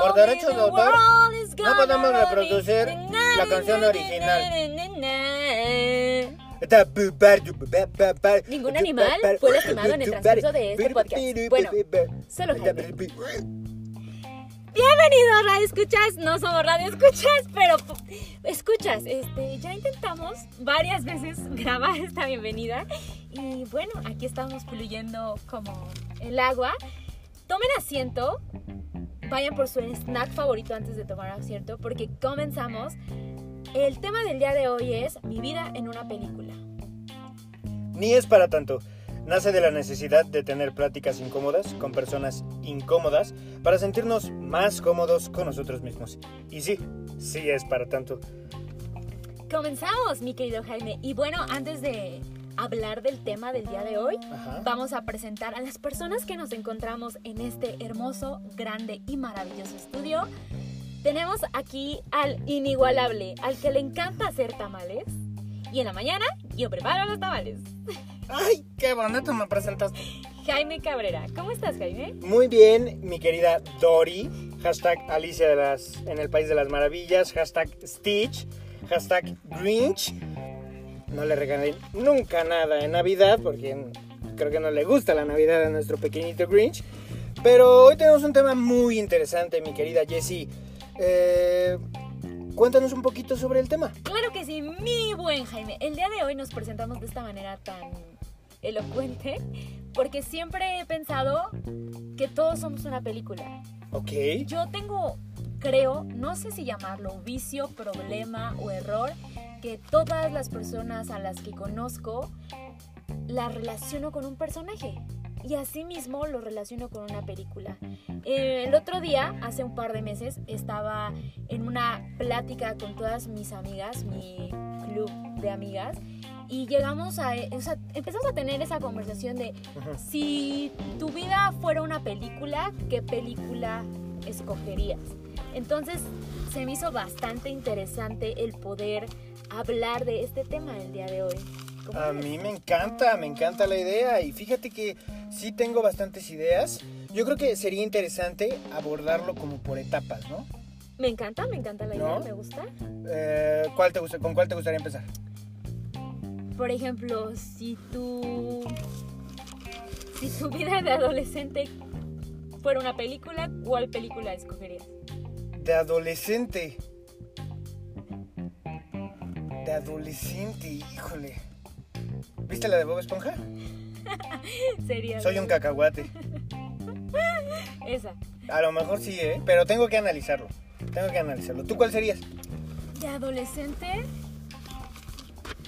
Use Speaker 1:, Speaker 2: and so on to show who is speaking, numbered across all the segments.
Speaker 1: Por derechos de autor, no podemos reproducir la canción original.
Speaker 2: Ningún animal fue lastimado en el transcurso de este podcast. Bueno, solo Jaime. Bienvenidos Radio Escuchas, no somos Radio Escuchas, pero escuchas, este, ya intentamos varias veces grabar esta bienvenida y bueno, aquí estamos fluyendo como el agua. Tomen asiento, vayan por su snack favorito antes de tomar asiento porque comenzamos. El tema del día de hoy es mi vida en una película.
Speaker 1: Ni es para tanto. Nace de la necesidad de tener pláticas incómodas con personas incómodas para sentirnos más cómodos con nosotros mismos. Y sí, sí es para tanto.
Speaker 2: Comenzamos, mi querido Jaime. Y bueno, antes de hablar del tema del día de hoy, Ajá. vamos a presentar a las personas que nos encontramos en este hermoso, grande y maravilloso estudio. Tenemos aquí al inigualable, al que le encanta hacer tamales. Y en la mañana yo preparo los tamales.
Speaker 1: ¡Ay, qué bonito me presentaste!
Speaker 2: Jaime Cabrera, ¿cómo estás, Jaime?
Speaker 1: Muy bien, mi querida Dory. Hashtag Alicia de las, en el País de las Maravillas. Hashtag Stitch. Hashtag Grinch. No le regalé nunca nada en Navidad porque creo que no le gusta la Navidad a nuestro pequeñito Grinch. Pero hoy tenemos un tema muy interesante, mi querida Jessie. Eh, cuéntanos un poquito sobre el tema.
Speaker 2: Claro que sí, mi buen Jaime. El día de hoy nos presentamos de esta manera tan elocuente porque siempre he pensado que todos somos una película.
Speaker 1: Ok.
Speaker 2: Yo tengo, creo, no sé si llamarlo vicio, problema o error, que todas las personas a las que conozco las relaciono con un personaje y asimismo lo relaciono con una película. Eh, el otro día, hace un par de meses, estaba en una plática con todas mis amigas, mi club de amigas, y llegamos a, e, o sea, empezamos a tener esa conversación de si tu vida fuera una película, ¿qué película escogerías? Entonces, se me hizo bastante interesante el poder hablar de este tema el día de hoy.
Speaker 1: A mí me encanta, me encanta la idea y fíjate que sí tengo bastantes ideas. Yo creo que sería interesante abordarlo como por etapas, ¿no?
Speaker 2: Me encanta, me encanta la idea,
Speaker 1: ¿No?
Speaker 2: me gusta.
Speaker 1: Eh, ¿cuál te gusta, ¿Con cuál te gustaría empezar?
Speaker 2: Por ejemplo, si tu si tu vida de adolescente fuera una película, ¿cuál película escogerías?
Speaker 1: De adolescente. De adolescente, híjole. ¿Viste la de Bob Esponja?
Speaker 2: Sería
Speaker 1: Soy un cacahuate.
Speaker 2: esa.
Speaker 1: A lo mejor sí, ¿eh? Pero tengo que analizarlo. Tengo que analizarlo. ¿Tú cuál serías?
Speaker 2: De adolescente.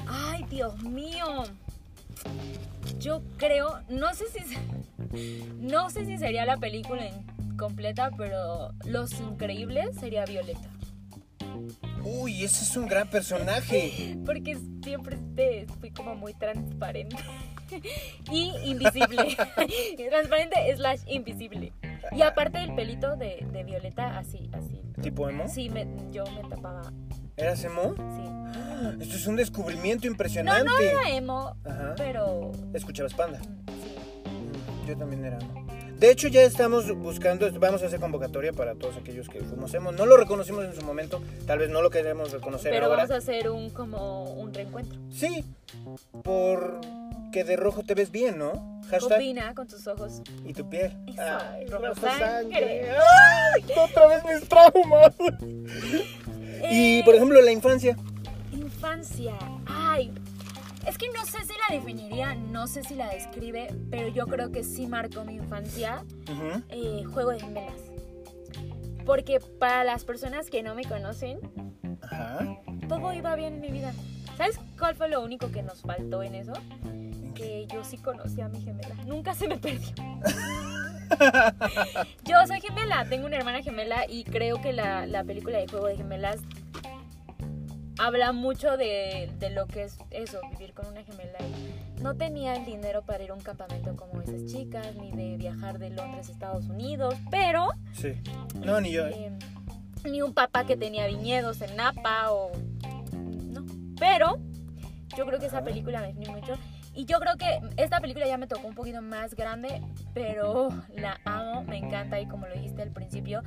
Speaker 2: Ay, Dios mío. Yo creo, no sé si se- no sé si sería la película en- completa, pero Los Increíbles sería Violeta,
Speaker 1: Uy, ese es un gran personaje.
Speaker 2: porque siempre este, fui como muy transparente y invisible. transparente slash invisible. Y aparte del pelito de, de Violeta, así, así.
Speaker 1: ¿Tipo emo?
Speaker 2: Sí, me- yo me tapaba,
Speaker 1: ¿Eras emo?
Speaker 2: sí.
Speaker 1: Esto es un descubrimiento
Speaker 2: No,
Speaker 1: impresionante.
Speaker 2: no era emo,
Speaker 1: Ajá.
Speaker 2: pero
Speaker 1: Escuchabas panda.
Speaker 2: mm, sí.
Speaker 1: Mm, Yo también era. emo. De hecho, ya estamos buscando, vamos a hacer convocatoria para todos aquellos que fuimos emo. No lo reconocimos en su momento, tal vez no lo queremos reconocer
Speaker 2: Pero
Speaker 1: ahora.
Speaker 2: vamos a hacer un como un reencuentro.
Speaker 1: Sí, porque de rojo te ves bien, ¿no? Hashtag
Speaker 2: Combina con tus ojos.
Speaker 1: y tu piel.
Speaker 2: Eso,
Speaker 1: Ay,
Speaker 2: rojo
Speaker 1: rojo
Speaker 2: sangre.
Speaker 1: sangre. Ay, otra vez mis traumas. Y
Speaker 2: Eh,
Speaker 1: por ejemplo, la infancia.
Speaker 2: Infancia. Ay. Es que no sé si la definiría, no sé si la describe, pero yo creo que sí marcó mi infancia.
Speaker 1: Ujú.
Speaker 2: eh, juego de gemelas. Porque para las personas que no me conocen,
Speaker 1: Ajá.
Speaker 2: todo iba bien en mi vida. ¿Sabes cuál fue lo único que nos faltó en eso?
Speaker 1: ¿En qué?
Speaker 2: que yo sí conocí a mi gemela. Nunca se me perdió. yo soy gemela, tengo una hermana gemela y creo que la, la película de juego de gemelas habla mucho de, de lo que es eso, vivir con una gemela. Y no tenía el dinero para ir a un campamento como esas chicas, ni de viajar de Londres a Estados Unidos, pero
Speaker 1: Sí. No, ni yo. ¿eh?
Speaker 2: eh, ni un papá que tenía viñedos en Napa o no. Pero Yo creo que esa
Speaker 1: Ajá.
Speaker 2: película me definió mucho. Y yo creo que esta película ya me tocó un poquito más grande, pero la amo, me encanta y como lo dijiste al principio,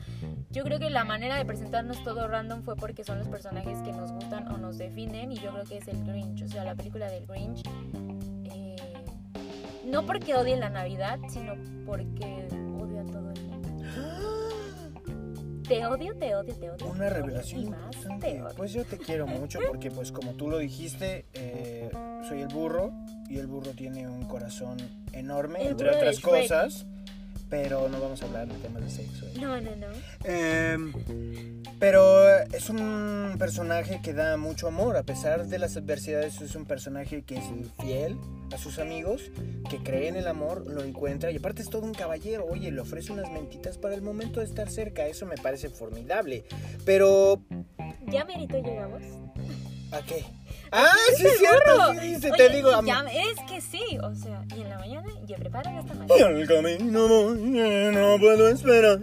Speaker 2: yo creo que la manera de presentarnos todo random fue porque son los personajes que nos gustan o nos definen y yo creo que es el Grinch, o sea, la película del Grinch. eh, no porque odien la Navidad, sino porque odio a todo el mundo. Te odio, te odio, te odio.
Speaker 1: Una
Speaker 2: te odio
Speaker 1: revelación
Speaker 2: y más
Speaker 1: importante.
Speaker 2: te odio.
Speaker 1: Pues yo te quiero mucho porque, pues como tú lo dijiste, eh, soy el burro y el burro tiene un corazón enorme,
Speaker 2: El
Speaker 1: entre
Speaker 2: burro de
Speaker 1: otras
Speaker 2: Shrek.
Speaker 1: cosas. Pero no vamos a hablar de temas de sexo. ¿eh?
Speaker 2: No, no, no.
Speaker 1: Eh, pero es un personaje que da mucho amor, a pesar de las adversidades, es un personaje que es fiel a sus amigos, que cree en el amor, lo encuentra y aparte es todo un caballero, oye, le ofrece unas mentitas para el momento de estar cerca, eso me parece formidable. Pero
Speaker 2: Ya merito llegamos.
Speaker 1: ¿A qué? ¡Ah, sí es
Speaker 2: ¡Qué burro!
Speaker 1: cierto! Sí, dice, te
Speaker 2: Oye,
Speaker 1: digo,
Speaker 2: y
Speaker 1: am-
Speaker 2: ya- es que sí, o sea, y en la mañana ya preparan hasta
Speaker 1: Y
Speaker 2: mañana.
Speaker 1: al camino voy, no puedo esperar.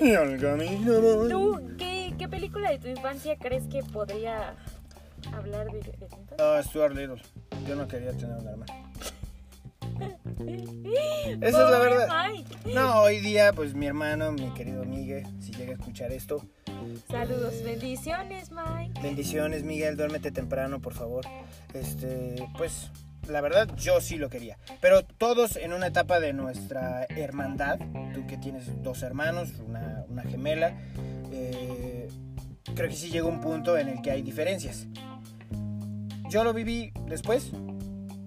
Speaker 1: Y al camino voy.
Speaker 2: ¿Tú qué, qué película de tu infancia crees que podría hablar de, de tu infancia?
Speaker 1: Ah, Stuart Little. Yo no quería tener un arma. Esa es la
Speaker 2: Pobre
Speaker 1: verdad.
Speaker 2: Mike.
Speaker 1: No, hoy día, pues mi hermano, mi querido Miguel, si llega a escuchar esto.
Speaker 2: Saludos, bendiciones, Mike.
Speaker 1: Bendiciones, Miguel, duérmete temprano, por favor. Este, pues, la verdad, yo sí lo quería. Pero todos en una etapa de nuestra hermandad, tú que tienes dos hermanos, una, una gemela, eh, creo que sí llega un punto en el que hay diferencias. Yo lo viví después,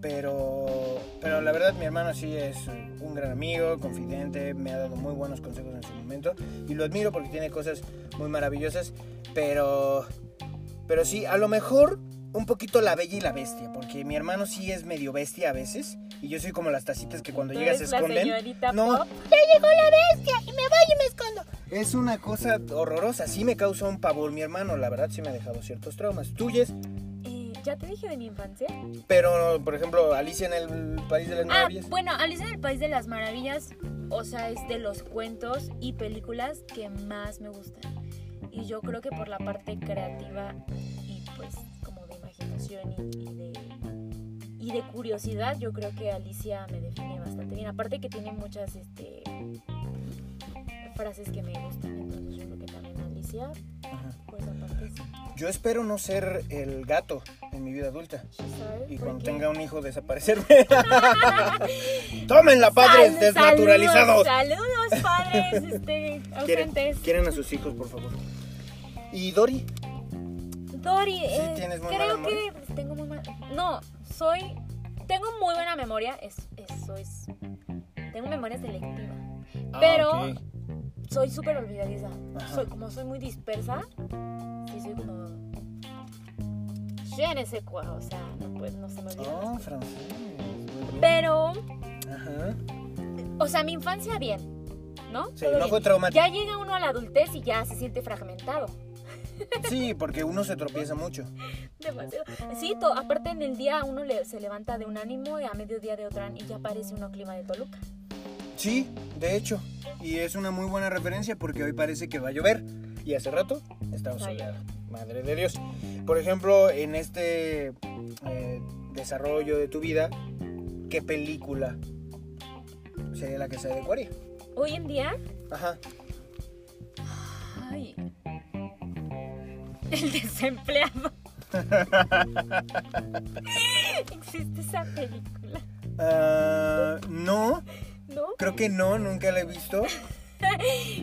Speaker 1: pero, pero la verdad mi hermano sí es un gran amigo, confidente, me ha dado muy buenos consejos en su momento y lo admiro porque tiene cosas muy maravillosas, pero, pero sí, a lo mejor un poquito la bella y la bestia, porque mi hermano sí es medio bestia a veces y yo soy como las tacitas que cuando
Speaker 2: Tú
Speaker 1: llegas se
Speaker 2: eres la
Speaker 1: esconden.
Speaker 2: señorita
Speaker 1: No.
Speaker 2: Pop.
Speaker 1: ¡Ya llegó la bestia! ¡Y me voy y me escondo! Es una cosa horrorosa. Sí me causa un pavor mi hermano. La verdad sí me ha dejado ciertos traumas. Tuyes.
Speaker 2: Eh, ya te dije de mi infancia.
Speaker 1: Pero, por ejemplo, Alicia en el País de las
Speaker 2: Ah,
Speaker 1: Maravillas.
Speaker 2: bueno, Alicia en el País de las Maravillas, o sea, es de los cuentos y películas que más me gustan. Y yo creo que por la parte creativa y pues como de imaginación y, y de, y de curiosidad, yo creo que Alicia me define bastante bien. Aparte que tiene muchas este, frases que me gustan, entonces yo creo que también Alicia,
Speaker 1: Ajá.
Speaker 2: pues aparte sí.
Speaker 1: Yo espero no ser el gato en mi vida adulta.
Speaker 2: She's all,
Speaker 1: Y
Speaker 2: ¿por
Speaker 1: cuando
Speaker 2: qué?
Speaker 1: tenga un hijo, desaparecerme. ¡Tómenla, padres
Speaker 2: Sal-
Speaker 1: desnaturalizados!
Speaker 2: Saludos, saludos, padres este,
Speaker 1: Quieren,
Speaker 2: ausentes.
Speaker 1: quieren a sus hijos, por favor. ¿Y Dory?
Speaker 2: Dori, eh,
Speaker 1: tienes muy
Speaker 2: creo
Speaker 1: mala
Speaker 2: que tengo muy mala. No, soy. Tengo muy buena memoria. Es, es- soy, tengo memoria selectiva.
Speaker 1: Ah,
Speaker 2: Pero-
Speaker 1: ok.
Speaker 2: Soy súper olvidadiza.
Speaker 1: Ajá.
Speaker 2: Soy, como soy muy dispersa, sí soy como. Je ne sais quoi, O sea, no, pues, no se me olvida.
Speaker 1: Oh, francés. Muy bien.
Speaker 2: Pero,
Speaker 1: Ajá.
Speaker 2: o sea, mi infancia bien. ¿No?
Speaker 1: Sí,
Speaker 2: Todo
Speaker 1: no
Speaker 2: bien.
Speaker 1: fue traumático.
Speaker 2: Ya llega uno a la adultez y ya se siente fragmentado.
Speaker 1: Sí, porque uno se tropieza mucho.
Speaker 2: Demasiado. Sí, to- aparte en el día uno le- se levanta de un ánimo y a mediodía de otro y ya parece uno clima de Toluca.
Speaker 1: Sí, de hecho. Y es una muy buena referencia porque hoy parece que va a llover. Y hace rato estaba
Speaker 2: Está
Speaker 1: soleado. Madre de Dios. Por ejemplo, en este eh, desarrollo de tu vida, ¿qué película sería la que se adecuaría?
Speaker 2: Hoy en día,
Speaker 1: Ajá.
Speaker 2: ay, el desempleado. Existe esa película,
Speaker 1: Ah, no,
Speaker 2: ¿no?
Speaker 1: creo que no, nunca la he visto.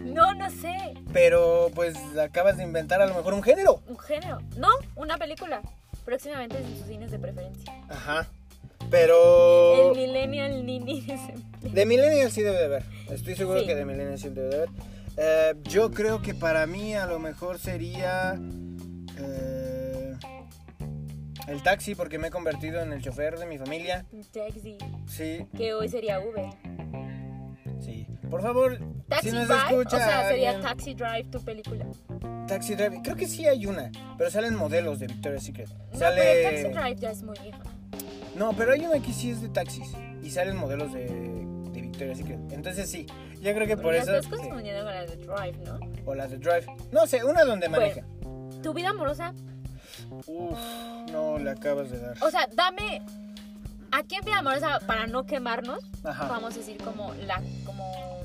Speaker 2: No, no sé,
Speaker 1: Pero pues acabas de inventar a lo mejor un género.
Speaker 2: un género. No, una película. Próximamente en sus cines de preferencia.
Speaker 1: Ajá. Pero...
Speaker 2: El Millennial Nini desempleado.
Speaker 1: De Millennial sí debe de haber. Estoy seguro
Speaker 2: Sí.
Speaker 1: que de Millennial sí debe de haber. Eh, yo creo que para mí a lo mejor sería eh, el taxi porque me he convertido en el chofer de mi familia.
Speaker 2: Un Taxi,
Speaker 1: Sí,
Speaker 2: que hoy sería Uber.
Speaker 1: sí. Por favor,
Speaker 2: Taxi
Speaker 1: si nos
Speaker 2: Drive,
Speaker 1: escucha
Speaker 2: o sea, sería
Speaker 1: alguien-
Speaker 2: Taxi Drive tu película.
Speaker 1: Taxi Drive. Creo que sí hay una, pero salen modelos de Victoria's Secret.
Speaker 2: No,
Speaker 1: Sale...
Speaker 2: pero Taxi Drive ya es muy vieja.
Speaker 1: No, pero hay una que sí es de taxis y salen modelos de, de Victoria's Secret. Entonces sí, yo creo que por
Speaker 2: Porque
Speaker 1: eso...
Speaker 2: estás
Speaker 1: sí.
Speaker 2: confundiendo con la de Drive, ¿no?
Speaker 1: O las de Drive. No sé, una donde maneja.
Speaker 2: Tu vida amorosa,
Speaker 1: Uf,
Speaker 2: Ah.
Speaker 1: no le acabas de dar.
Speaker 2: O sea, dame. ¿A quién pide amor? O sea, para no quemarnos,
Speaker 1: Ajá.
Speaker 2: vamos a decir como la. como.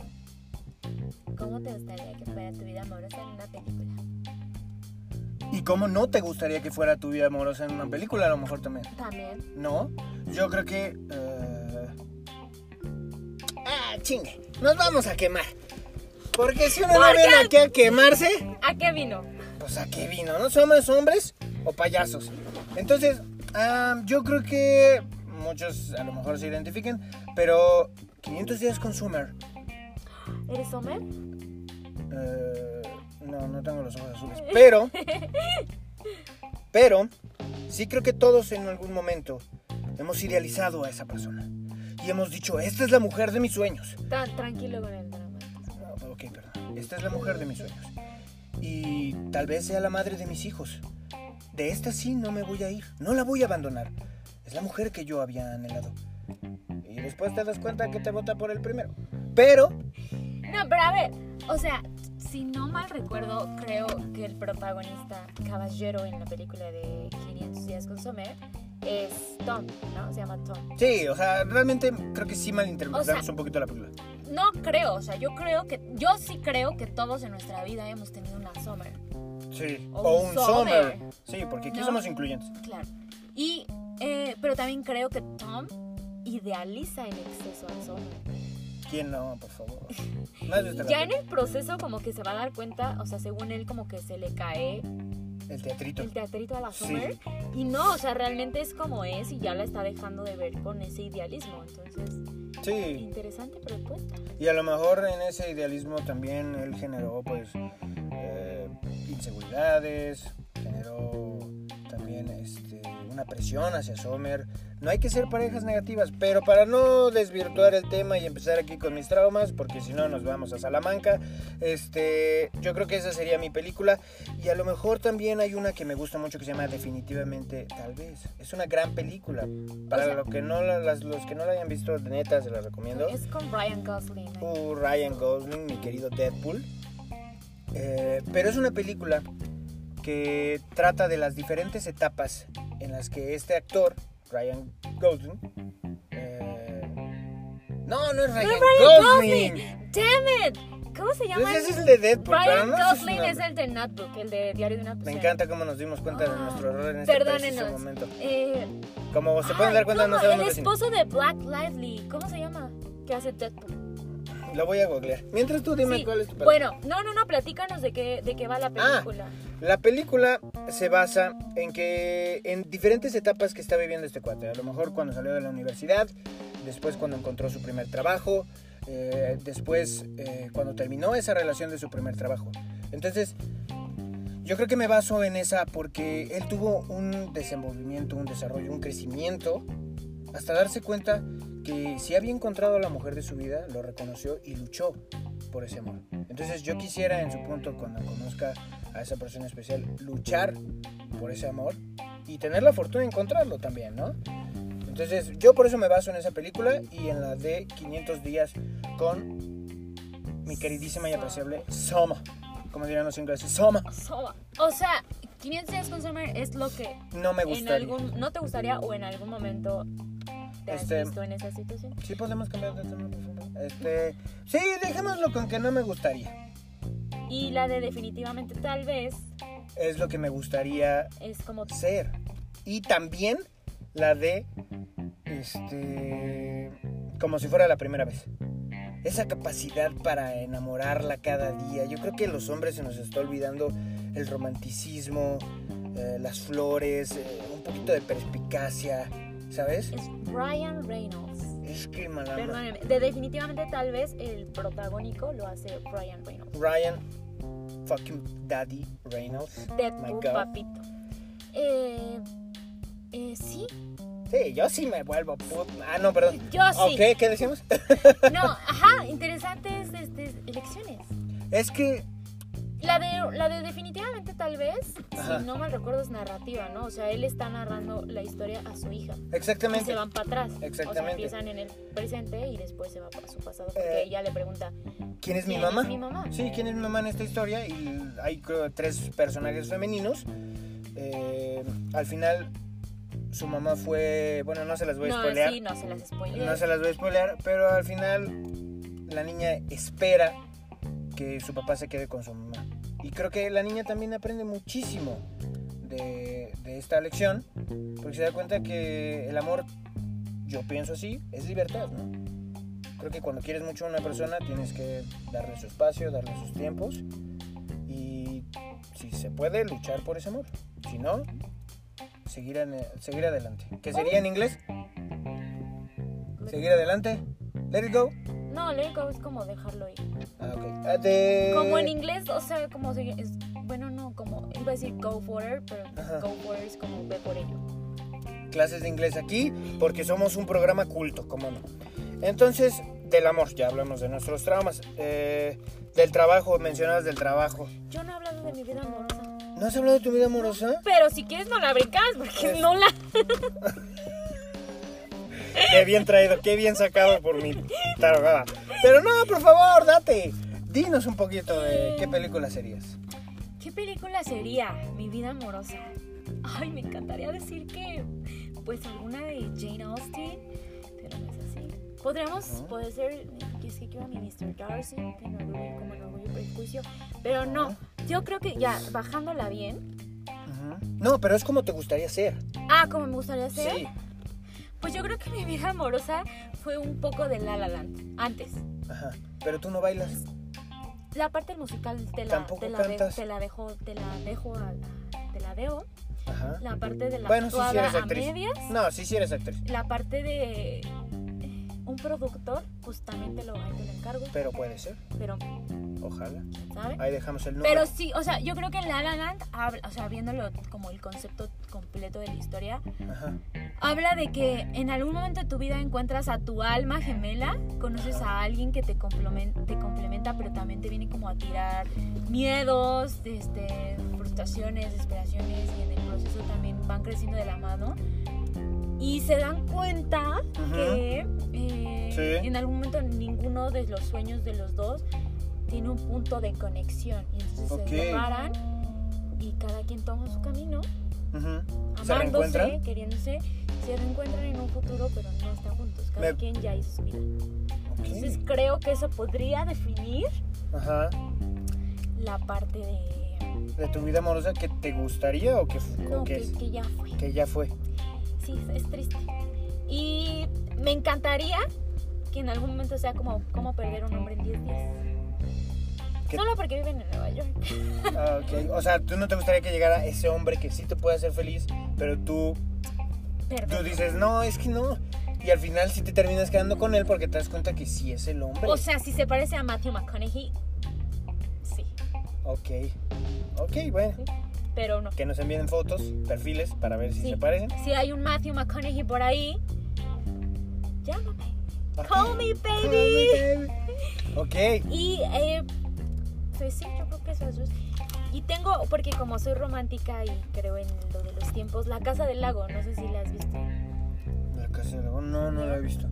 Speaker 2: ¿Cómo te gustaría que fuera tu vida amorosa en una película?
Speaker 1: ¿Y cómo no te gustaría que fuera tu vida amorosa en una película a lo mejor también?
Speaker 2: También.
Speaker 1: ¿No? Yo creo que... eh, Ah, chingue. Nos vamos a quemar. Porque si uno no
Speaker 2: ¿Por
Speaker 1: viene
Speaker 2: qué?
Speaker 1: aquí a quemarse,
Speaker 2: ¿A qué vino?
Speaker 1: pues a qué vino, ¿no? ¿Somos hombres o payasos? Entonces, ah, yo creo que muchos a lo mejor se identifiquen, pero 500 días con Summer.
Speaker 2: ¿Eres Homer?
Speaker 1: Eh, no, no tengo los ojos azules. Pero. pero. Sí creo que todos en algún momento hemos idealizado a esa persona. Y hemos dicho, esta es la mujer de mis sueños.
Speaker 2: Tan tranquilo con el drama.
Speaker 1: No, ok, perdón. Esta es la mujer de mis sueños. Y tal vez sea la madre de mis hijos. De esta sí no me voy a ir. No la voy a abandonar. Es la mujer que yo había anhelado. Y después te das cuenta que te vota por el primero. Pero
Speaker 2: No, pero a ver, o sea, si no mal recuerdo, creo que el protagonista caballero en la película de 500 días con Sommer es Tom, ¿no? Se llama Tom.
Speaker 1: Sí, o sea, realmente creo que sí malinterpretamos
Speaker 2: O sea-
Speaker 1: un poquito la película.
Speaker 2: No creo, o sea, yo creo que, yo sí creo que todos en nuestra vida hemos tenido una Sommer,
Speaker 1: Sí.
Speaker 2: O
Speaker 1: O
Speaker 2: un
Speaker 1: un summer.
Speaker 2: summer.
Speaker 1: Sí, porque aquí
Speaker 2: No.
Speaker 1: somos incluyentes.
Speaker 2: claro. Y, eh, pero también creo que Tom idealiza en exceso a Sommer.
Speaker 1: ¿Quién no, por favor? este No has visto la
Speaker 2: Ya en el proceso como que se va a dar cuenta, o sea, según él como que se le cae
Speaker 1: película? El teatrito.
Speaker 2: el teatrito a la
Speaker 1: Sí.
Speaker 2: Summer. Y no, o sea, realmente es como es y ya la está dejando de ver con ese idealismo. Entonces,
Speaker 1: Sí.
Speaker 2: interesante pues, propuesta.
Speaker 1: Y a lo mejor en ese idealismo también él generó, pues, eh, inseguridades, generó también este, una presión hacia Sommer. No hay que ser parejas negativas, pero para no desvirtuar el tema y empezar aquí con mis traumas, porque si no nos vamos a Salamanca, este, yo creo que esa sería mi película. Y a lo mejor también hay una que me gusta mucho que se llama Definitivamente Tal vez. Es una gran película. Para
Speaker 2: O sea-
Speaker 1: lo que no la- las- los que no la hayan visto, de neta se la recomiendo.
Speaker 2: Es con Brian Gosling. ¿no?
Speaker 1: Uh, Ryan Gosling, mi querido Deadpool. Eh, pero es una película que trata de las diferentes etapas en las que este actor, Ryan Gosling, eh, no, no es Ryan, Gosling.
Speaker 2: ¡Damn it! ¿Cómo se llama?
Speaker 1: Pues ese es el de Deadpool. pero
Speaker 2: Brian
Speaker 1: no sé su
Speaker 2: Gosling
Speaker 1: nombre.
Speaker 2: es el de Notebook, el de Diario de una
Speaker 1: Me
Speaker 2: Pasión.
Speaker 1: encanta cómo nos dimos cuenta de
Speaker 2: Ah,
Speaker 1: nuestro error en este preciso
Speaker 2: perdónenos.
Speaker 1: momento.
Speaker 2: Eh,
Speaker 1: Como se pueden
Speaker 2: ay,
Speaker 1: dar cuenta,
Speaker 2: ¿cómo?
Speaker 1: no sabemos
Speaker 2: El
Speaker 1: de cine.
Speaker 2: esposo de Black Lively. ¿Cómo se llama? Que hace Deadpool.
Speaker 1: Lo voy a googlear. Mientras tú dime
Speaker 2: Sí,
Speaker 1: cuál es tu Ah. película.
Speaker 2: Bueno, no, no, no, platícanos de qué, de qué va la película.
Speaker 1: La película se basa en que en diferentes etapas que está viviendo este cuate. A lo mejor cuando salió de la universidad, después cuando encontró su primer trabajo, eh, después eh, cuando terminó esa relación de su primer trabajo. Entonces, yo creo que me baso en esa porque él tuvo un desenvolvimiento, un desarrollo, un crecimiento, hasta darse cuenta que si había encontrado a la mujer de su vida, lo reconoció y luchó por ese amor. Entonces yo quisiera en su punto, cuando conozca a esa persona especial, luchar por ese amor y tener la fortuna de encontrarlo también, ¿no? Entonces yo por eso me baso en esa película y en la de 500 días con mi queridísima y apreciable Soma. Como dirán los ingleses, Soma.
Speaker 2: Soba. O sea, 500 días con Summer es lo que
Speaker 1: No me
Speaker 2: en
Speaker 1: gustaría.
Speaker 2: algún, no te gustaría o en algún momento te has
Speaker 1: Este-
Speaker 2: visto en esa situación.
Speaker 1: Sí podemos cambiar de tema, por favor? Este, sí, dejémoslo con que no me gustaría.
Speaker 2: Y la de definitivamente tal vez
Speaker 1: Es lo que me gustaría
Speaker 2: es como
Speaker 1: ser. Y también la de, este, como si fuera la primera vez. Esa capacidad para enamorarla cada día. Yo creo que a los hombres se nos está olvidando el romanticismo, eh, las flores, eh, un poquito de perspicacia, ¿sabes?
Speaker 2: es Ryan Reynolds.
Speaker 1: Es que malandro.
Speaker 2: Perdóneme, de definitivamente tal vez el protagónico lo hace Ryan Reynolds.
Speaker 1: Ryan fucking Daddy Reynolds.
Speaker 2: De
Speaker 1: My
Speaker 2: tu
Speaker 1: God.
Speaker 2: papito. Eh, eh, sí,
Speaker 1: Sí, yo sí me vuelvo put- Ah, no, perdón.
Speaker 2: yo sí.
Speaker 1: Ok, ¿qué decimos?
Speaker 2: No, ajá, interesantes este, elecciones.
Speaker 1: es que
Speaker 2: La de, la de definitivamente tal vez,
Speaker 1: Ajá.
Speaker 2: si no mal recuerdo, es narrativa, ¿no? O sea, él está narrando la historia a su hija. Y
Speaker 1: exactamente.
Speaker 2: se van para atrás. O sea,
Speaker 1: Exactamente.
Speaker 2: empiezan en el presente y después se va para su pasado. Porque
Speaker 1: Eh,
Speaker 2: ella le pregunta,
Speaker 1: ¿Quién es mi
Speaker 2: ¿quién
Speaker 1: mamá?
Speaker 2: es mi mamá?
Speaker 1: Sí, ¿quién es mi mamá en esta historia? Y hay creo, tres personajes femeninos. eh, al final su mamá fue, bueno, no se las voy a
Speaker 2: No,
Speaker 1: spoilear,
Speaker 2: sí, no se las spoileé.
Speaker 1: no se las voy a spoilear, pero al final la niña espera que su papá se quede con su mamá. Y creo que la niña también aprende muchísimo de, de esta lección, porque se da cuenta que el amor, yo pienso así, es libertad, ¿no? Creo que cuando quieres mucho a una persona tienes que darle su espacio, darle sus tiempos y si se puede luchar por ese amor. Si no, seguir, ane- seguir adelante. ¿Qué sería en inglés? Seguir adelante. Let it go.
Speaker 2: No, let it go es como dejarlo ir.
Speaker 1: Ah, ok. Ah, de-
Speaker 2: Como en inglés, o sea, como se- es- bueno, no, como iba a decir go for it, pero
Speaker 1: Ajá.
Speaker 2: go for it es como ve por ello.
Speaker 1: clases de inglés aquí porque somos un programa culto, como no. Entonces, del amor, ya hablamos de nuestros traumas. Eh, del trabajo, mencionabas del trabajo.
Speaker 2: Yo no he hablado de mi vida amorosa.
Speaker 1: ¿No has hablado de tu vida amorosa?
Speaker 2: Pero si quieres no la brincas porque no la
Speaker 1: Qué bien traído, qué bien sacado por mí. Tarugada. Pero no, por favor, date. Dinos un poquito de qué película serías.
Speaker 2: ¿Qué película sería mi vida amorosa? Ay, me encantaría decir que, pues, alguna de Jane Austen, pero no es así. Podríamos,
Speaker 1: Ajá.
Speaker 2: puede ser, que es que quiero a mi Mr. Darcy, que no orgullo, como en orgullo y prejuicio, pero no, yo creo que ya,
Speaker 1: Pues
Speaker 2: bajándola bien,
Speaker 1: Ujú. No, pero es como te gustaría ser.
Speaker 2: ah, como me gustaría ser,
Speaker 1: Sí.
Speaker 2: pues yo creo que mi vida amorosa fue un poco de La La Land, antes.
Speaker 1: Ajá. Pero tú no bailas.
Speaker 2: La parte musical te la,
Speaker 1: Tampoco
Speaker 2: te la, de-
Speaker 1: cantas.
Speaker 2: te la dejo, te la dejo, a- a- te la debo.
Speaker 1: Ajá.
Speaker 2: La parte de la
Speaker 1: Bueno, sí, sí
Speaker 2: actuada
Speaker 1: eres
Speaker 2: a
Speaker 1: actriz.
Speaker 2: medias.
Speaker 1: No, sí, sí eres actriz.
Speaker 2: la parte de eh, un productor, pues también te lo, ahí te lo encargo,
Speaker 1: Pero puede ser.
Speaker 2: pero,
Speaker 1: Ojalá.
Speaker 2: ¿sabes?
Speaker 1: Ahí dejamos el número.
Speaker 2: Pero sí, o sea, yo creo que La La Land, habla, o sea, viéndolo como el concepto completo de la historia,
Speaker 1: Ajá.
Speaker 2: habla de que en algún momento de tu vida encuentras a tu alma gemela, conoces a alguien que te complementa, te complementa pero también te viene como a tirar miedos, este, frustraciones, desesperaciones, y en el proceso también van creciendo de la mano. Y se dan cuenta
Speaker 1: Ujú.
Speaker 2: que eh,
Speaker 1: Sí.
Speaker 2: en algún momento ninguno de los sueños de los dos tiene un punto de conexión. Y entonces
Speaker 1: Ok.
Speaker 2: se separan y cada quien toma su camino,
Speaker 1: Ujú. ¿Se
Speaker 2: amándose,
Speaker 1: reencuentran?
Speaker 2: queriéndose, se reencuentran en un futuro, pero no están juntos. Cada
Speaker 1: Me-
Speaker 2: quien ya hizo su vida.
Speaker 1: Ok.
Speaker 2: Entonces creo que eso podría definir
Speaker 1: Ajá.
Speaker 2: la parte de
Speaker 1: ¿De tu vida amorosa que te gustaría o que, fu- o
Speaker 2: no,
Speaker 1: que,
Speaker 2: que,
Speaker 1: es-
Speaker 2: que ya fue.
Speaker 1: que ya fue?
Speaker 2: Sí, es, es triste. Y me encantaría que en algún momento sea como, como perder un hombre en 10 días.
Speaker 1: ¿Qué?
Speaker 2: Solo porque viven en Nueva York.
Speaker 1: Ah, ok. O sea, tú no te gustaría que llegara ese hombre que sí te puede hacer feliz, pero tú, tú
Speaker 2: Perdón.
Speaker 1: dices, no, es que no. Y al final sí te terminas quedando con él porque te das cuenta que sí es el hombre.
Speaker 2: O sea, si se parece a Matthew McConaughey, sí,
Speaker 1: ok. Ok, bueno.
Speaker 2: pero no.
Speaker 1: Que nos envíen fotos, perfiles, para ver si
Speaker 2: Sí.
Speaker 1: se parecen.
Speaker 2: Si hay un Matthew McConaughey por ahí, llámame.
Speaker 1: Ok.
Speaker 2: Call me,
Speaker 1: Call
Speaker 2: baby.
Speaker 1: me, baby. Ok.
Speaker 2: Y eh, pues sí, yo creo que esas dos. Y tengo, porque como soy romántica y creo en lo de los tiempos, La Casa del Lago, no sé si la has visto.
Speaker 1: La casa de dragón, no, no la he visto.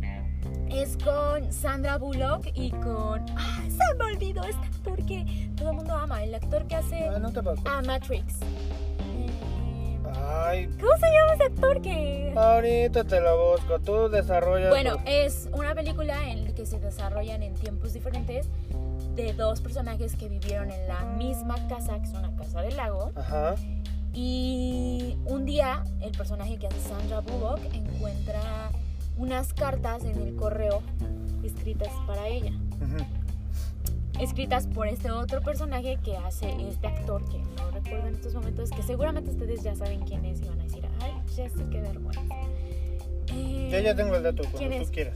Speaker 2: Es con Sandra Bullock y con. ¡Ah! Se me olvidó este actor que todo el mundo ama, el actor que hace
Speaker 1: Ah, no te preocupes.
Speaker 2: a Matrix. Eh,
Speaker 1: Ay,
Speaker 2: ¿Cómo se llama ese actor que.?
Speaker 1: ahorita te la busco. Tú desarrollas.
Speaker 2: Bueno, es una película en la que se desarrollan en tiempos diferentes de dos personajes que vivieron en la misma casa, que es una casa del lago.
Speaker 1: Ajá.
Speaker 2: Y un día el personaje que hace Sandra Bullock encuentra unas cartas en el correo escritas para ella.
Speaker 1: Ujú.
Speaker 2: escritas por este otro personaje que hace este actor que no recuerdo en estos momentos, que seguramente ustedes ya saben quién es y van a decir, ay, Jessica, qué vergüenza. Eh,
Speaker 1: Yo ya tengo el dato cuando
Speaker 2: ¿Quién
Speaker 1: tú
Speaker 2: es?
Speaker 1: quieras.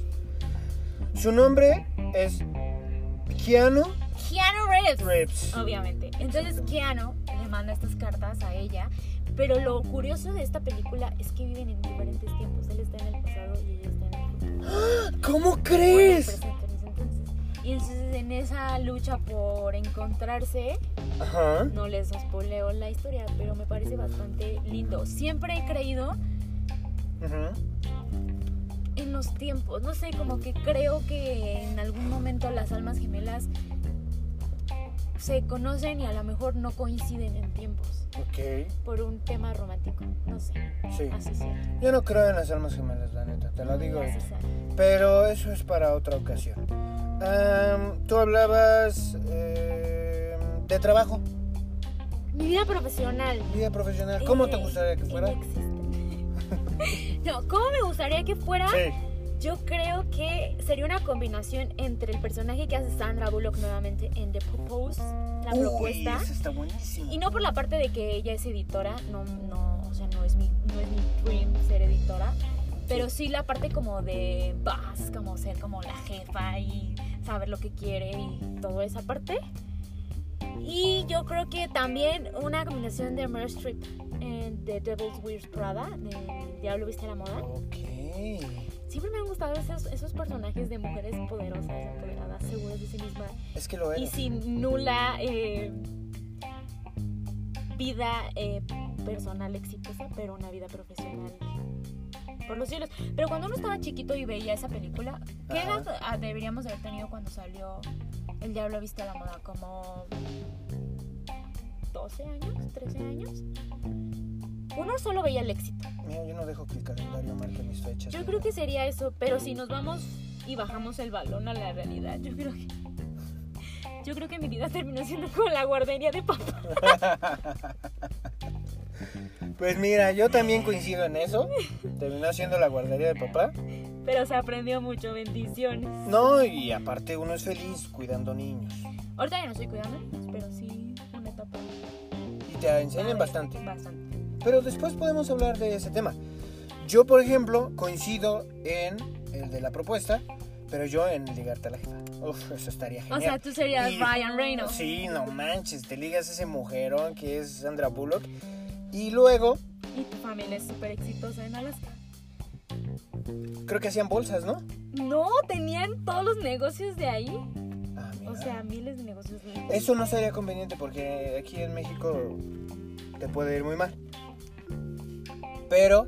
Speaker 1: Su nombre es Keanu
Speaker 2: Keanu Reeves.
Speaker 1: Reeves.
Speaker 2: Obviamente. Entonces Keanu le manda estas cartas a ella, pero lo curioso de esta película es que viven en diferentes tiempos. Él está en el pasado y ella está en el futuro.
Speaker 1: ¿Cómo
Speaker 2: Bueno,
Speaker 1: crees?
Speaker 2: presente en ese entonces. Y entonces en esa lucha por encontrarse,
Speaker 1: Ajá.
Speaker 2: No les spoileo la historia, pero me parece bastante lindo. Siempre he creído
Speaker 1: Ujú.
Speaker 2: en los tiempos. No sé, como que creo que en algún momento las almas gemelas se conocen y a lo mejor no coinciden en tiempos
Speaker 1: Ok,
Speaker 2: por un tema romántico. No sé,
Speaker 1: sí.
Speaker 2: así sea.
Speaker 1: Yo no creo en las almas gemelas, la neta, te lo digo.
Speaker 2: Así sea.
Speaker 1: Pero eso es para otra ocasión. Am, Tú hablabas eh, de trabajo,
Speaker 2: Mi vida profesional.
Speaker 1: vida profesional. ¿Cómo te
Speaker 2: eh,
Speaker 1: gustaría que fuera?
Speaker 2: inexistente. No, ¿cómo me gustaría que fuera? Yo creo que sería una combinación entre el personaje que hace Sandra Bullock nuevamente en The Propose, la
Speaker 1: Uy,
Speaker 2: propuesta.
Speaker 1: eso está buenísimo.
Speaker 2: Y no por la parte de que ella es editora, no, no, o sea, no es mi, no es mi dream ser editora, pero sí la parte como de vas, como ser como la jefa y saber lo que quiere y toda esa parte. Y yo creo que también una combinación de Meryl Streep en The Devil's Weird Prada, de Diablo Viste a la Moda.
Speaker 1: Ok.
Speaker 2: Siempre me han gustado esos, esos personajes de mujeres poderosas, empoderadas, seguras de sí mismas
Speaker 1: Es que lo
Speaker 2: y
Speaker 1: eres.
Speaker 2: sin nula eh, vida eh, personal exitosa, pero una vida profesional por los cielos. Pero cuando uno estaba chiquito y veía esa película, ¿qué
Speaker 1: Ajá.
Speaker 2: edad ah, deberíamos haber tenido cuando salió El Diablo Viste a la Moda? ¿Como 12 años? ¿13 años? Uno solo veía el éxito.
Speaker 1: Mira, yo no dejo que el calendario marque mis fechas.
Speaker 2: Yo creo que sería eso, pero si nos vamos y bajamos el balón a la realidad, yo creo que. Yo creo que mi vida terminó siendo como la guardería de papá.
Speaker 1: Pues mira, yo también coincido en eso. Terminó siendo la guardería de papá.
Speaker 2: Pero se aprendió mucho, bendiciones.
Speaker 1: No, y aparte uno es feliz cuidando niños.
Speaker 2: Ahorita ya no estoy cuidando niños, pero sí una etapa.
Speaker 1: Y te enseñan
Speaker 2: padre,
Speaker 1: bastante.
Speaker 2: Bastante.
Speaker 1: Pero después podemos hablar de ese tema. Yo, por ejemplo, coincido en el de la propuesta, pero yo en ligarte a la jefa. Uf, eso estaría
Speaker 2: O
Speaker 1: genial.
Speaker 2: sea, tú serías
Speaker 1: Y-
Speaker 2: Ryan Reynolds.
Speaker 1: Sí, no manches, te ligas a ese mujerón que es Sandra Bullock. Y luego,
Speaker 2: Y tu familia es súper exitosa en Alaska.
Speaker 1: creo que hacían bolsas, ¿no?
Speaker 2: No, tenían todos los negocios de ahí.
Speaker 1: Ah, mira.
Speaker 2: O sea, miles de negocios de ahí.
Speaker 1: Eso no sería conveniente porque aquí en México te puede ir muy mal. Pero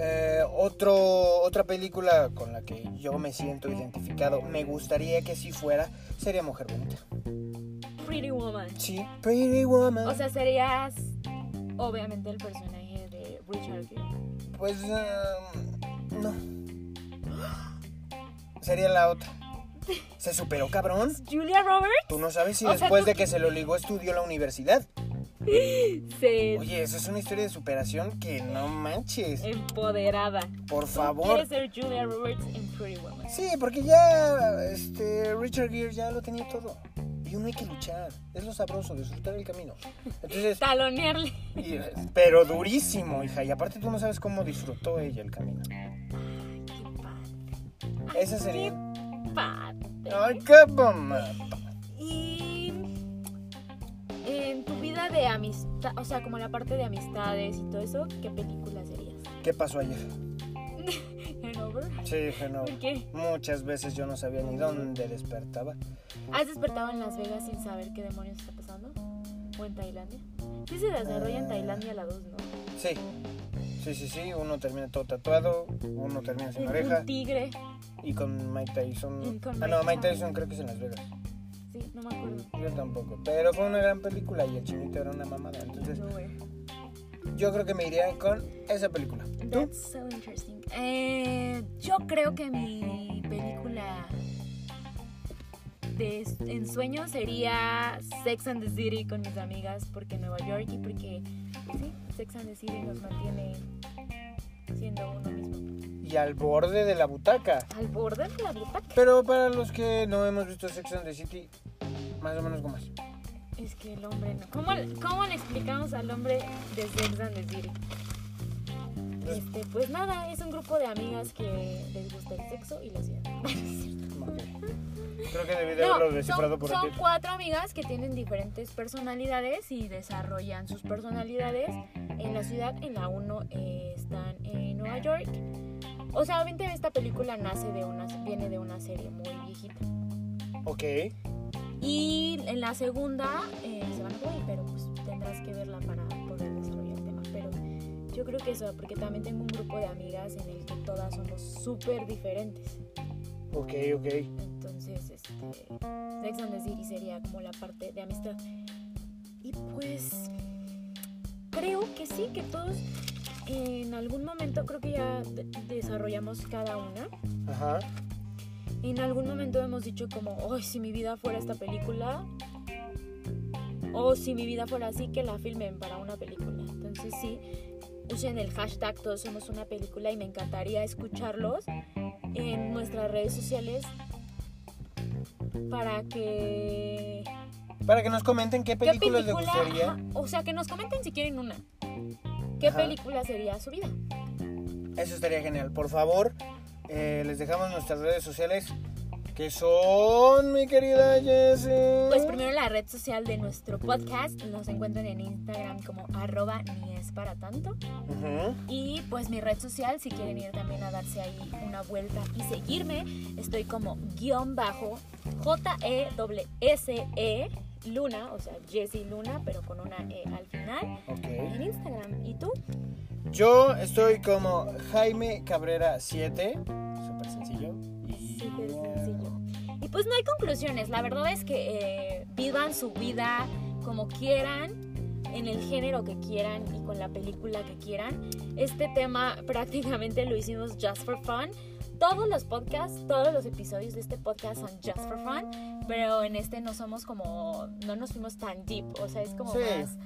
Speaker 1: eh, otro, otra película con la que yo me siento identificado, me gustaría que si fuera, sería Mujer Bonita.
Speaker 2: Pretty Woman.
Speaker 1: Sí, Pretty Woman.
Speaker 2: O sea, serías obviamente el personaje de Richard Gere.
Speaker 1: pues um, no. Sería la otra. Se superó, cabrón.
Speaker 2: Julia Roberts
Speaker 1: Tú no sabes si
Speaker 2: O sea,
Speaker 1: después
Speaker 2: tú-
Speaker 1: de que se lo ligó estudió la universidad.
Speaker 2: se
Speaker 1: Oye, eso es una historia de superación que no manches.
Speaker 2: empoderada.
Speaker 1: Por favor.
Speaker 2: Quiere ser Julia Roberts en Pretty Woman.
Speaker 1: Sí, porque ya este, Richard Gere ya lo tenía todo. Y uno hay que luchar. Es lo sabroso, disfrutar el camino. Entonces,
Speaker 2: Talonearle.
Speaker 1: y- pero durísimo, hija. Y aparte tú no sabes cómo disfrutó ella el camino.
Speaker 2: Qué padre.
Speaker 1: Esa sería...
Speaker 2: Qué padre.
Speaker 1: ¡Ay, qué bomba!
Speaker 2: Y en tu vida de amistad, o sea, como la parte de amistades y todo eso, ¿qué película serías?
Speaker 1: ¿Qué pasó ayer?
Speaker 2: Hanover.
Speaker 1: Sí, hija, no.
Speaker 2: ¿Por qué?
Speaker 1: Muchas veces yo no sabía ni dónde despertaba.
Speaker 2: ¿Has despertado en Las Vegas sin saber qué demonios está pasando? ¿O en Tailandia? Sí se desarrolla en
Speaker 1: Ah.
Speaker 2: Tailandia la 2, ¿no?
Speaker 1: Sí. Sí, sí, sí. Uno termina todo tatuado, uno termina sin
Speaker 2: En
Speaker 1: oreja.
Speaker 2: un tigre.
Speaker 1: Y con Mike Tyson...
Speaker 2: Y con
Speaker 1: Ah,
Speaker 2: Mike
Speaker 1: no,
Speaker 2: Tyson.
Speaker 1: Mike Tyson creo que es en Las Vegas.
Speaker 2: Sí, no me acuerdo.
Speaker 1: Yo tampoco, pero fue una gran película y el chinito era una mamada. Entonces,
Speaker 2: No, güey.
Speaker 1: yo creo que me iría con esa película. ¿Tú?
Speaker 2: That's so interesting. Eh, yo creo que mi película de s- ensueño sería Sex and the City con mis amigas porque Nueva York y porque sí, Sex and the City nos mantiene siendo uno mismo.
Speaker 1: Y al borde de la butaca.
Speaker 2: Al borde de la butaca.
Speaker 1: Pero para los que no hemos visto Sex and the City, más o menos como es.
Speaker 2: Es que el hombre no. ¿Cómo, le- cómo le explicamos al hombre de Sex and the City? Este, pues nada, es un grupo de amigas que les gusta el sexo y la ciudad.
Speaker 1: Ok. Creo que debí de
Speaker 2: No,
Speaker 1: haberlo descifrado
Speaker 2: son,
Speaker 1: por
Speaker 2: son
Speaker 1: aquí.
Speaker 2: cuatro amigas que tienen diferentes personalidades y desarrollan sus personalidades en la ciudad. En la 1 están en Nueva York. O sea, obviamente esta película nace de una, viene de una serie muy viejita.
Speaker 1: Ok,
Speaker 2: Y en la segunda eh, se van a Hawaii, pero pues tendrás que verla para poder desarrollar el tema. Pero yo creo que eso, porque también tengo un grupo de amigas en el que todas somos súper diferentes.
Speaker 1: ok, ok.
Speaker 2: Entonces, este, Sex and the City sería como la parte de amistad. Y pues creo que sí, que todos en algún momento, creo que ya de- desarrollamos cada una.
Speaker 1: Ajá.
Speaker 2: En algún momento hemos dicho como, ay, si mi vida fuera esta película, o si mi vida fuera así, que la filmen para una película. Entonces sí, usen el hashtag todos somos una película y me encantaría escucharlos en nuestras redes sociales para que...
Speaker 1: Para que nos comenten qué
Speaker 2: ¿Qué
Speaker 1: películas le gustaría.
Speaker 2: ajá, o sea, que nos comenten si quieren una. ¿Qué
Speaker 1: Ajá.
Speaker 2: película sería su vida?
Speaker 1: Eso estaría genial. Por favor, eh, les dejamos nuestras redes sociales. Que son, mi querida Jessie.
Speaker 2: Pues primero la red social de nuestro podcast. Nos encuentran en Instagram como arroba ni es para tanto.
Speaker 1: Ujú.
Speaker 2: Y pues mi red social, si quieren ir también a darse ahí una vuelta y seguirme, estoy como guión bajo J-E-S-E E Luna, o sea, Jessie Luna, pero con una E al final,
Speaker 1: Ok.
Speaker 2: en Instagram. ¿Y tú?
Speaker 1: Yo estoy como Jaime Cabrera 7. Súper sencillo. Y-
Speaker 2: Súper sencillo. Y pues no hay conclusiones, la verdad es que eh, vivan su vida como quieran, en el género que quieran y con la película que quieran. Este tema prácticamente lo hicimos just for fun. Todos los podcasts, todos los episodios de este podcast son just for fun, pero en este no somos como, no nos fuimos tan deep, o sea, es como
Speaker 1: Sí.
Speaker 2: más...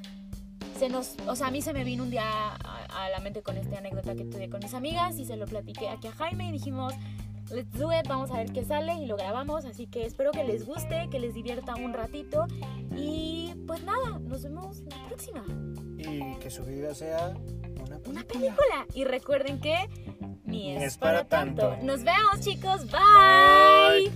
Speaker 2: Se nos, o sea, a mí se me vino un día a, a la mente con esta anécdota que tuve con mis amigas y se lo platiqué aquí a Jaime y dijimos, Let's do it, vamos a ver qué sale y lo grabamos, así que espero que les guste, que les divierta un ratito y pues nada, nos vemos la próxima,
Speaker 1: Y que su vida sea una
Speaker 2: una película y recuerden que ni es, para tanto. Nos vemos chicos, bye.